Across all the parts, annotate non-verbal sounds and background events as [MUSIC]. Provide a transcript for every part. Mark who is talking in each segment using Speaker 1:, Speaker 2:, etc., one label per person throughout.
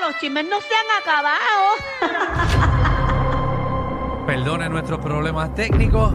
Speaker 1: los chismes no se han acabado.
Speaker 2: Perdone nuestros problemas técnicos.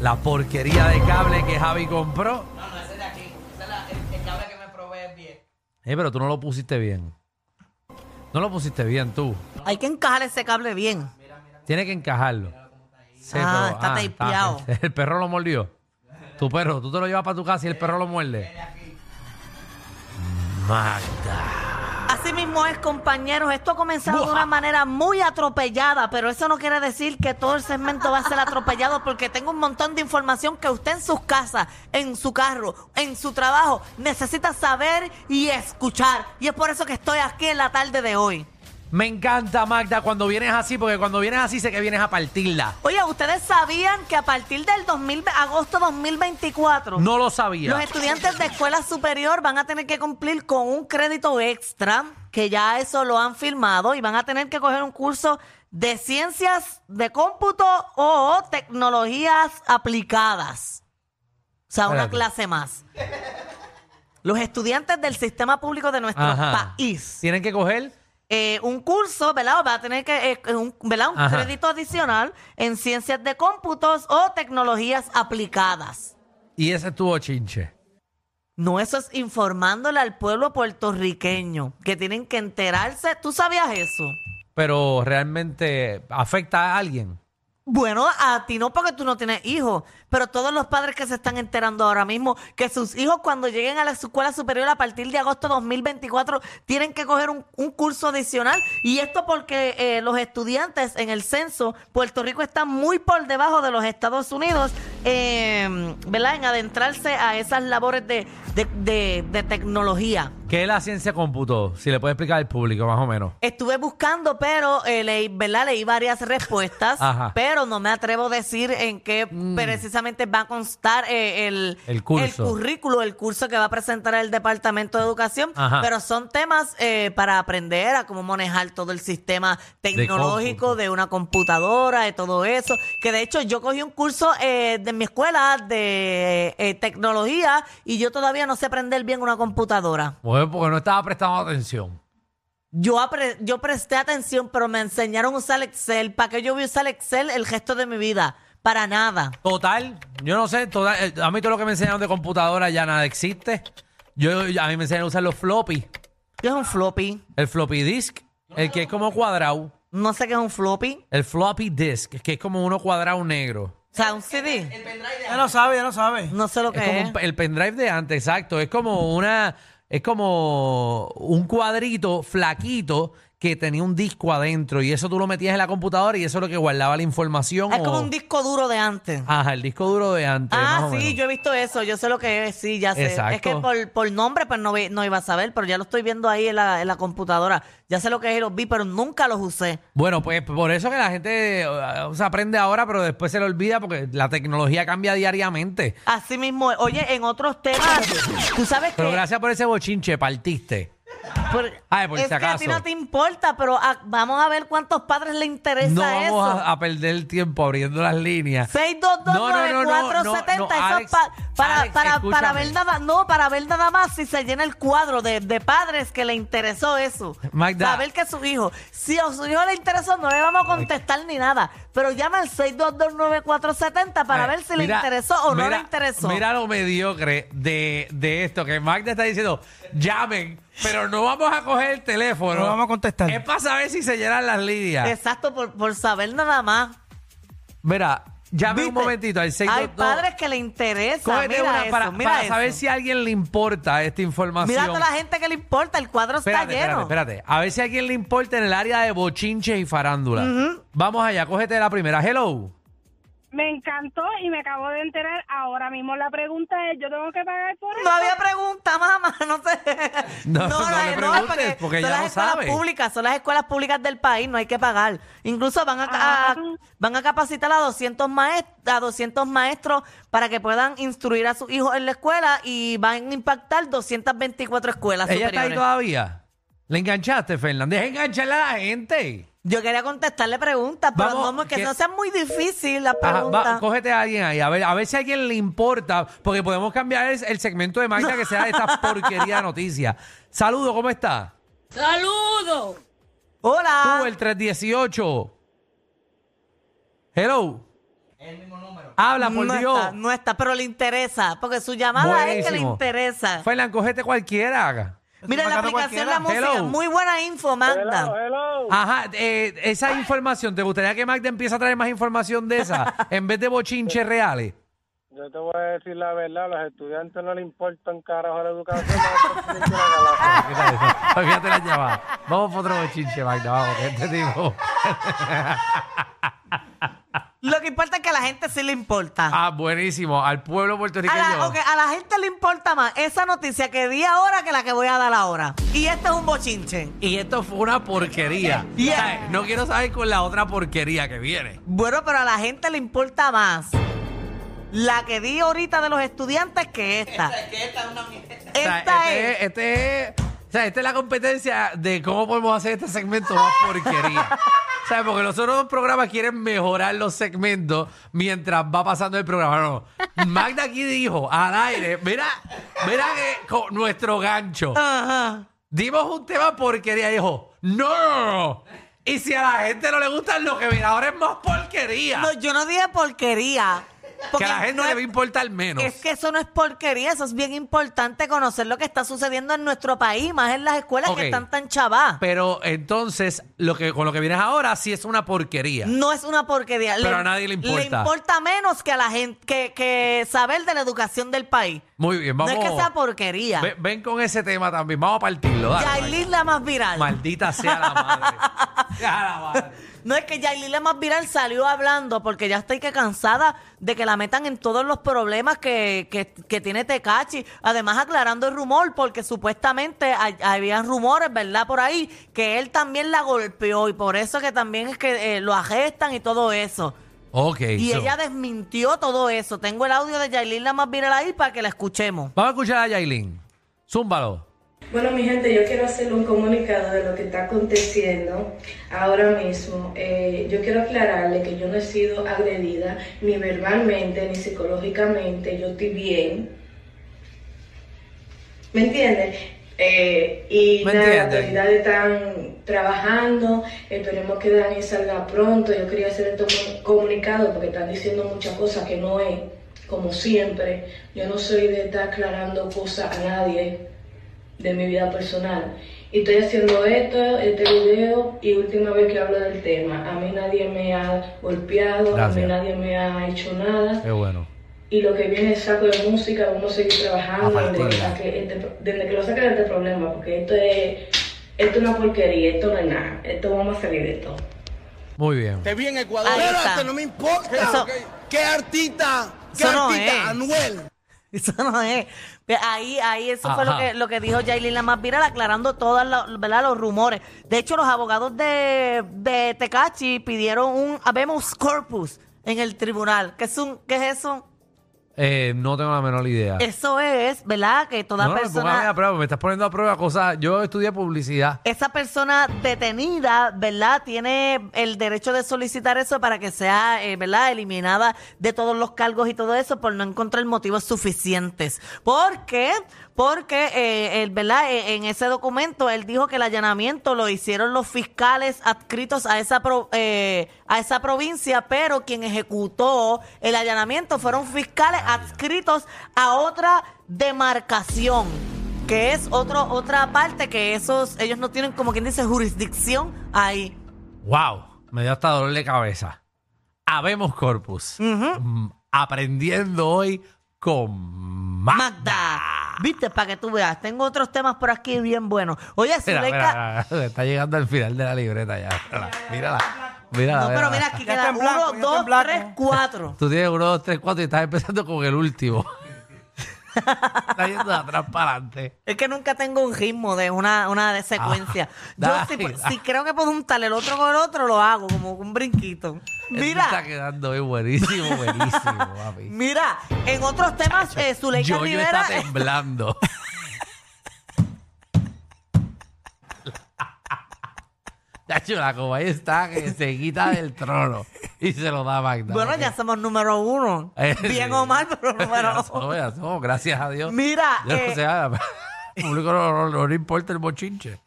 Speaker 2: La porquería de cable que Javi compró.
Speaker 3: No, no, ese de aquí. Ese es la- el, el cable que me probé es bien.
Speaker 2: Eh, pero tú no lo pusiste bien. No lo pusiste bien tú.
Speaker 4: Hay que encajar ese cable bien.
Speaker 2: Tiene que encajarlo. Sí,
Speaker 4: Ah, está tapeado.
Speaker 2: [LAUGHS] El perro lo mordió. Tu perro, tú te lo llevas para tu casa y el perro lo muerde. Magda.
Speaker 4: Así mismo es, compañeros. Esto ha comenzado de
Speaker 2: Buah.
Speaker 4: una manera muy atropellada, pero eso no quiere decir que todo el segmento va a ser atropellado porque tengo un montón de información que usted en sus casas, en su carro, en su trabajo, necesita saber y escuchar. Y es por eso que estoy aquí en la tarde de hoy.
Speaker 2: Me encanta, Magda, cuando vienes así, porque cuando vienes así sé que vienes a partirla.
Speaker 4: Oye, ¿ustedes sabían que a partir del 2000, ve- agosto 2024...
Speaker 2: No lo sabía.
Speaker 4: Los estudiantes de escuela superior van a tener que cumplir con un crédito extra, que ya eso lo han firmado, y van a tener que coger un curso de ciencias de cómputo o tecnologías aplicadas. O sea, una
Speaker 2: Espérate.
Speaker 4: clase más. Los estudiantes del sistema público de nuestro
Speaker 2: Ajá.
Speaker 4: país.
Speaker 2: Tienen que coger.
Speaker 4: Eh, un curso, ¿verdad? Va a tener que, eh, un, ¿verdad? Un
Speaker 2: Ajá.
Speaker 4: crédito adicional en ciencias de cómputos o tecnologías aplicadas.
Speaker 2: Y ese estuvo chinche.
Speaker 4: No, eso es informándole al pueblo puertorriqueño, que tienen que enterarse. ¿Tú sabías eso?
Speaker 2: Pero realmente afecta a alguien.
Speaker 4: Bueno, a ti no porque tú no tienes hijos, pero todos los padres que se están enterando ahora mismo que sus hijos cuando lleguen a la escuela superior a partir de agosto 2024 tienen que coger un, un curso adicional y esto porque eh, los estudiantes en el censo Puerto Rico está muy por debajo de los Estados Unidos, eh, ¿verdad? En adentrarse a esas labores de, de- de- de tecnología.
Speaker 2: ¿Qué es la ciencia cómputo? Si le puede explicar al público, más o menos.
Speaker 4: Estuve buscando, pero eh, leí, ¿verdad? leí varias respuestas,
Speaker 2: Ajá.
Speaker 4: pero no me atrevo a decir en qué precisamente va a constar eh, el,
Speaker 2: El curso.
Speaker 4: currículo, el curso que va a presentar el Departamento de Educación,
Speaker 2: Ajá.
Speaker 4: pero son temas eh, para aprender a cómo manejar todo el sistema tecnológico
Speaker 2: cómputo.
Speaker 4: de, una computadora, de todo eso, que de hecho yo cogí un curso eh, de mi escuela de eh, tecnología y yo todavía no sé prender bien una computadora.
Speaker 2: Pues porque no estaba prestando atención.
Speaker 4: Yo, apre- yo presté atención, pero me enseñaron a usar Excel. ¿Para qué yo voy a usar Excel el resto de mi vida? Para nada.
Speaker 2: Total, yo no sé, total, eh, a mí todo lo que me enseñaron de computadora ya nada existe. Yo, yo- a mí me enseñaron a usar los floppy,
Speaker 4: ¿Qué es un floppy?
Speaker 2: el floppy disk, el que es como cuadrado,
Speaker 4: No sé qué es un floppy.
Speaker 2: el floppy disk, que es como uno cuadrado negro.
Speaker 4: O sea, un CD.
Speaker 5: Ya no sabe, ya no sabe.
Speaker 4: No sé lo que
Speaker 2: Es como
Speaker 4: es.
Speaker 2: un pe- el pendrive de antes, exacto. Es como una, es como un cuadrito flaquito que tenía un disco adentro y eso tú lo metías en la computadora y eso es lo que guardaba la información.
Speaker 4: Es como
Speaker 2: o-
Speaker 4: un disco duro de antes.
Speaker 2: Ajá, el disco duro de antes.
Speaker 4: Ah,
Speaker 2: más Ah, o
Speaker 4: sí,
Speaker 2: menos.
Speaker 4: yo he visto eso. Yo sé lo que es. Sí, ya sé. Es que
Speaker 2: Exacto.
Speaker 4: por, por nombre pues no, ve- no iba a saber, pero ya lo estoy viendo ahí en la, en la computadora. Ya sé lo que es y los vi, pero nunca los usé.
Speaker 2: Bueno, pues por eso que la gente eh, se aprende ahora, pero después se le olvida porque la tecnología cambia diariamente.
Speaker 4: Así mismo, oye, en otros temas, tú sabes
Speaker 2: Pero
Speaker 4: que...
Speaker 2: gracias por ese bochinche, partiste.
Speaker 4: Por-
Speaker 2: Ay, por
Speaker 4: es
Speaker 2: si
Speaker 4: que a ti
Speaker 2: acaso.
Speaker 4: no te importa, pero a- vamos a ver cuántos padres le interesa
Speaker 2: No vamos
Speaker 4: eso.
Speaker 2: a, a perder el tiempo abriendo las líneas.
Speaker 4: 6229470
Speaker 2: no, no,
Speaker 4: eso es
Speaker 2: Alex,
Speaker 4: pa- para,
Speaker 2: Alex,
Speaker 4: para,
Speaker 2: escúchame.
Speaker 4: para ver nada, no, para ver nada más si se llena el cuadro de, de padres que le interesó eso.
Speaker 2: Magda.
Speaker 4: Saber que su hijo, si a su hijo le interesó, no le vamos a contestar ni nada. Pero llama al 6229470 para
Speaker 2: Ay,
Speaker 4: ver si
Speaker 2: mira,
Speaker 4: le interesó o no
Speaker 2: mira-
Speaker 4: le interesó.
Speaker 2: Mira lo mediocre de, de esto, que Magda está diciendo, llamen, pero no vamos a coger el teléfono.
Speaker 5: No vamos a contestar.
Speaker 2: Es para saber si se llenan las líneas.
Speaker 4: Exacto, por, por saber nada más.
Speaker 2: Mira, llamen un
Speaker 4: ¿Viste?
Speaker 2: momentito al 622.
Speaker 4: Hay padres que le interesa.
Speaker 2: Cógete
Speaker 4: Mira
Speaker 2: una
Speaker 4: eso,
Speaker 2: para,
Speaker 4: mira
Speaker 2: para
Speaker 4: eso.
Speaker 2: saber si a alguien le importa esta información.
Speaker 4: Mira a toda la gente que le importa, el cuadro
Speaker 2: Espérate,
Speaker 4: está
Speaker 2: espérate,
Speaker 4: lleno.
Speaker 2: espérate. A ver si a alguien le importa en el área de bochinches y farándula. Vamos allá, cógete la primera. Hello.
Speaker 6: Me encantó y me acabo de enterar ahora mismo. La pregunta es, ¿yo tengo que pagar por
Speaker 4: No
Speaker 6: eso?
Speaker 4: había pregunta, mamá, [LAUGHS] no sé.
Speaker 2: No, no
Speaker 4: la-
Speaker 2: le
Speaker 4: es
Speaker 2: preguntes, porque
Speaker 4: son
Speaker 2: ya
Speaker 4: las
Speaker 2: lo
Speaker 4: escuelas
Speaker 2: sabe.
Speaker 4: públicas, son las escuelas públicas del país, no hay que pagar. Incluso van a, ca-
Speaker 6: Ah.
Speaker 4: a- van a capacitar a 200 maestros, a 200 maestros para que puedan instruir a sus hijos en la escuela y van a impactar 224 escuelas
Speaker 2: Ella está ahí
Speaker 4: superiores.
Speaker 2: todavía. ¿Le enganchaste, Fernández? Deja engancharle a la gente.
Speaker 4: Yo quería contestarle preguntas, pero
Speaker 2: Vamos,
Speaker 4: no, que,
Speaker 2: que-
Speaker 4: no sean muy difíciles las
Speaker 2: Ajá, va,
Speaker 4: preguntas.
Speaker 2: cógete a alguien ahí. A ver, a ver si a alguien le importa, porque
Speaker 4: [LAUGHS]
Speaker 2: podemos cambiar el, el segmento de Magda que sea de esta porquería de noticias. Saludo, ¿cómo está?
Speaker 5: Saludos.
Speaker 4: Hola.
Speaker 2: Tú, el 318. Hello.
Speaker 3: El mismo número.
Speaker 2: Habla, por
Speaker 4: no
Speaker 2: Dios.
Speaker 4: Está, no está, pero le interesa, porque su llamada es que le
Speaker 2: Buenísimo.
Speaker 4: interesa.
Speaker 2: Fernan, cogete cualquiera. haga.
Speaker 4: Mira, la
Speaker 7: Marcando
Speaker 4: aplicación
Speaker 7: cualquiera.
Speaker 4: La Música,
Speaker 2: Hello.
Speaker 4: muy buena info, manda.
Speaker 2: Ajá, eh, esa información, ¿te gustaría que Magda empiece a traer más información de
Speaker 4: [LAUGHS]
Speaker 2: esa en vez de bochinches reales?
Speaker 8: Yo te voy a decir la verdad, a los estudiantes no les importa un carajo la educación. no les importa una carajo.
Speaker 2: ¿Qué tal eso? Olvídate la llamada. Vamos por otro bochinche, Magda, vamos, que este tipo...
Speaker 4: Lo que importa es que a la gente sí le importa.
Speaker 2: Ah, buenísimo, al pueblo
Speaker 4: A
Speaker 2: puertorriqueño.
Speaker 4: la, ok, a la gente le importa más esa noticia que di ahora que la que voy a dar ahora. Y este es un bochinche.
Speaker 2: Y esto fue una porquería.
Speaker 4: Yeah.
Speaker 2: O sea, No quiero saber con la otra porquería que viene.
Speaker 4: Bueno, pero a la gente le importa más la que di ahorita de los estudiantes que esta.
Speaker 3: Es que esta es una mierda.
Speaker 2: O sea,
Speaker 4: Esta
Speaker 2: este
Speaker 4: es.
Speaker 2: es- este es- o sea, esta es la competencia de cómo podemos hacer este segmento más porquería. O sea, porque los otros programas quieren mejorar los segmentos mientras va pasando el programa. No, no. Magda aquí dijo al aire, mira, mira que con nuestro gancho.
Speaker 4: Ajá.
Speaker 2: Dimos un tema porquería, dijo, no. Y si a la gente no le gustan los que mira ahora es más porquería.
Speaker 4: No, yo no dije porquería.
Speaker 2: que
Speaker 4: porque
Speaker 2: a la gente
Speaker 4: no
Speaker 2: le
Speaker 4: es-
Speaker 2: va a importar menos.
Speaker 4: Es que eso no es porquería, eso es bien importante conocer lo que está sucediendo en nuestro país, más en las escuelas
Speaker 2: Ok.
Speaker 4: que están tan chavas.
Speaker 2: Pero entonces, lo que, con lo que vienes ahora sí es una porquería.
Speaker 4: No es una porquería.
Speaker 2: Pero a nadie le importa.
Speaker 4: Le importa menos que a la gente, que, que saber de la educación del país.
Speaker 2: Muy bien, vamos.
Speaker 4: No es que sea porquería.
Speaker 2: Ve- Ven, con ese tema también, vamos a partirlo. dale.
Speaker 4: Yailin la más viral.
Speaker 2: Maldita sea la
Speaker 4: [LAUGHS]
Speaker 2: madre. Sea la madre.
Speaker 4: No es que Yailin la más viral salió hablando porque ya estoy que cansada de que la metan en todos los problemas que, que, que tiene Tecachi. Además aclarando el rumor porque supuestamente hay- habían rumores, ¿verdad? Por ahí que él también la golpeó y por eso que también es que eh, lo arrestan y todo eso.
Speaker 2: Ok.
Speaker 4: Y
Speaker 2: so-
Speaker 4: ella desmintió todo eso. Tengo el audio de Yailin la más viral ahí para que la escuchemos.
Speaker 2: Vamos a escuchar a Yailin. Zúmbalo.
Speaker 9: Bueno, mi gente, yo quiero hacer un comunicado de lo que está aconteciendo ahora mismo. Eh, yo quiero aclararle que yo no he sido agredida ni verbalmente ni psicológicamente. Yo estoy bien. ¿Me entiendes? Eh, y
Speaker 2: Me
Speaker 9: nada, las
Speaker 2: entiende.
Speaker 9: autoridades están trabajando, esperemos que Dani salga pronto. Yo quería hacer este comu- comunicado porque están diciendo muchas cosas que no es, como siempre. Yo no soy de estar aclarando cosas a nadie de mi vida personal. Y estoy haciendo esto, este video, y última vez que hablo del tema. A mí nadie me ha golpeado, a
Speaker 2: Gracias.
Speaker 9: mí nadie me ha hecho nada.
Speaker 2: Qué bueno.
Speaker 9: Y lo que viene es saco de música, vamos a seguir
Speaker 2: A
Speaker 9: trabajando
Speaker 2: partirla.
Speaker 9: desde que, saque este- desde que lo saquen de este problema, porque esto es, esto es una porquería, esto no es nada, esto vamos a salir de esto.
Speaker 2: Muy bien.
Speaker 10: Te vi en Ecuador.
Speaker 4: Ahí está.
Speaker 10: Espérate, no me importa.
Speaker 4: Eso-
Speaker 10: ¿ok? ¿Qué artista? ¿Qué
Speaker 4: Eso no
Speaker 10: artista?
Speaker 4: es.
Speaker 10: Anuel.
Speaker 4: [LAUGHS] Eso no es. Ve, Ahí, ahí eso fue lo
Speaker 2: Ajá.
Speaker 4: que, lo que dijo Yailin la más viral, aclarando todos los rumores. De hecho, los abogados de, de Tecachi pidieron un habemos corpus en el tribunal. ¿Qué es, un, qué es eso?
Speaker 2: Eh, no tengo la menor idea.
Speaker 4: Eso es, ¿verdad? Que toda
Speaker 2: Ah. no, no, me pongas
Speaker 4: persona...
Speaker 2: a prueba, me estás poniendo a prueba cosas. Yo estudié publicidad.
Speaker 4: esa persona detenida, ¿verdad? Tiene el derecho de solicitar eso para que sea, eh, ¿verdad? Eliminada de todos los cargos y todo eso por no encontrar motivos suficientes. ¿Por qué? Porque, eh, el, ¿verdad? Eh, en ese documento él dijo que el allanamiento lo hicieron los fiscales adscritos a esa, pro- eh, a esa provincia, pero quien ejecutó el allanamiento fueron fiscales adscritos a otra demarcación que es otro, otra parte que esos, ellos no tienen como quien dice jurisdicción ahí.
Speaker 2: Wow, me dio hasta dolor de cabeza. Habemos Corpus. Mm, Aprendiendo hoy con Magda.
Speaker 4: Magda. Viste, para que tú veas, tengo otros temas por aquí bien buenos. Oye,
Speaker 2: Mira,
Speaker 4: Zuleika,
Speaker 2: mira, mira, está llegando al final de la libreta ya. Mírala, mírala. mírala,
Speaker 4: no, pero
Speaker 2: mírala.
Speaker 4: mira, aquí
Speaker 7: Ya
Speaker 4: queda
Speaker 7: está en blanco, ya
Speaker 4: uno,
Speaker 7: está
Speaker 4: dos,
Speaker 7: en blanco.
Speaker 4: tres, cuatro.
Speaker 2: Tú tienes uno, dos, tres, cuatro y estás empezando con el último. [LAUGHS] Está yendo de atrás para adelante.
Speaker 4: Es que nunca tengo un ritmo de una, una de secuencia. Yo
Speaker 2: Ah, dale,
Speaker 4: si,
Speaker 2: dale.
Speaker 4: si creo que puedo juntar el otro con el otro, lo hago como un brinquito.
Speaker 2: Esto Está
Speaker 4: Mira,
Speaker 2: quedando hoy buenísimo, buenísimo, papi.
Speaker 4: mira, en otros temas, eh, Zuleika
Speaker 2: Yo, yo
Speaker 4: Rivera...
Speaker 2: está
Speaker 4: [LAUGHS]
Speaker 2: temblando. Tacho, la coba ahí está que se quita del trono y se lo da a Magda.
Speaker 4: Bueno, ya somos número uno.
Speaker 2: Eh,
Speaker 4: Bien
Speaker 2: sí.
Speaker 4: o mal, pero
Speaker 2: [LAUGHS] Ya
Speaker 4: número uno.
Speaker 2: somos, ya somos, gracias a Dios.
Speaker 4: Mira,
Speaker 2: Ya no [LAUGHS]
Speaker 4: eh,
Speaker 2: sé, al público no, no- no le importa el bochinche.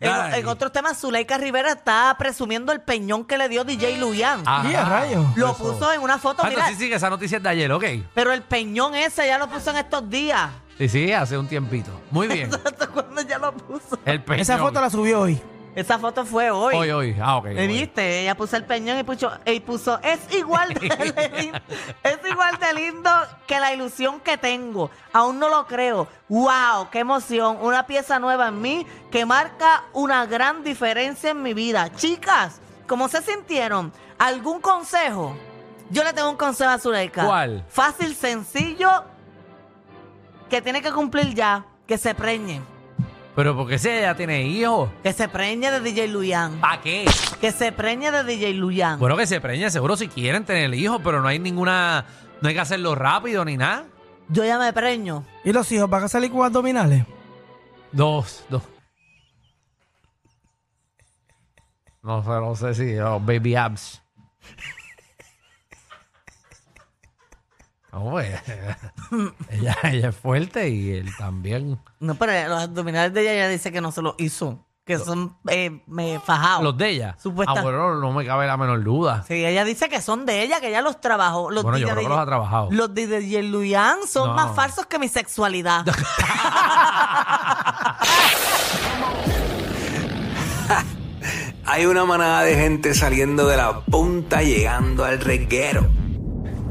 Speaker 4: En,
Speaker 2: Ay.
Speaker 4: en otros temas, Zuleika Rivera está presumiendo el peñón que le dio DJ Luyan.
Speaker 2: Ajá.
Speaker 10: Y a rayos.
Speaker 4: lo
Speaker 2: Ah, Eso.
Speaker 4: puso en una foto,
Speaker 2: Ah,
Speaker 4: mira.
Speaker 2: no, sí, sí, que esa noticia es de ayer, ok.
Speaker 4: Pero el peñón ese ya lo puso en estos días. [LAUGHS]
Speaker 2: Sí, sí, hace un tiempito. Muy bien.
Speaker 4: ¿Cuándo ya lo puso?
Speaker 2: El peñón.
Speaker 10: Esa foto la subió hoy.
Speaker 4: Esa foto fue hoy.
Speaker 2: Hoy, hoy. Ah, ok.
Speaker 4: ¿Me
Speaker 2: hoy.
Speaker 4: viste? Ella puso el peñón y puso, y puso es igual de lindo, es igual de lindo que la ilusión que tengo. Aún no lo creo. ¡Wow! ¡Qué emoción! Una pieza nueva en mí que marca una gran diferencia en mi vida. Chicas, ¿cómo se sintieron? ¿Algún consejo? Yo le tengo un consejo a Zuleika.
Speaker 2: ¿Cuál?
Speaker 4: Fácil, sencillo, que tiene que cumplir ya. Que se preñe.
Speaker 2: Pero porque si ella tiene hijos,
Speaker 4: Que se preñe de DJ Luyan.
Speaker 2: ¿para qué?
Speaker 4: Que se preñe de DJ Luyan.
Speaker 2: Bueno, que se preñen, seguro si quieren tener hijos, pero no hay ninguna. No hay que hacerlo rápido ni nada.
Speaker 4: Yo ya me preño.
Speaker 10: ¿Y los hijos van a salir con abdominales?
Speaker 2: Dos, dos. No sé, no sé si. oh, baby abs. No, pues, [LAUGHS] ella, ella es fuerte y él también.
Speaker 4: No, pero los abdominales de ella ya dice que no se los hizo. Que son eh, me fajados.
Speaker 2: Los de ella.
Speaker 4: Supuesta-
Speaker 2: Ah, bueno, no me cabe la menor duda.
Speaker 4: [LAUGHS] Sí, ella dice que son de ella, que ella los trabajó. Los
Speaker 2: Bueno,
Speaker 4: de
Speaker 2: yo creo que los ha trabajado.
Speaker 4: Los de DJ Luyan son
Speaker 2: No.
Speaker 4: más falsos que
Speaker 2: [LAUGHS]
Speaker 4: mi sexualidad.
Speaker 5: Hay una manada de gente saliendo de la punta llegando al reguero.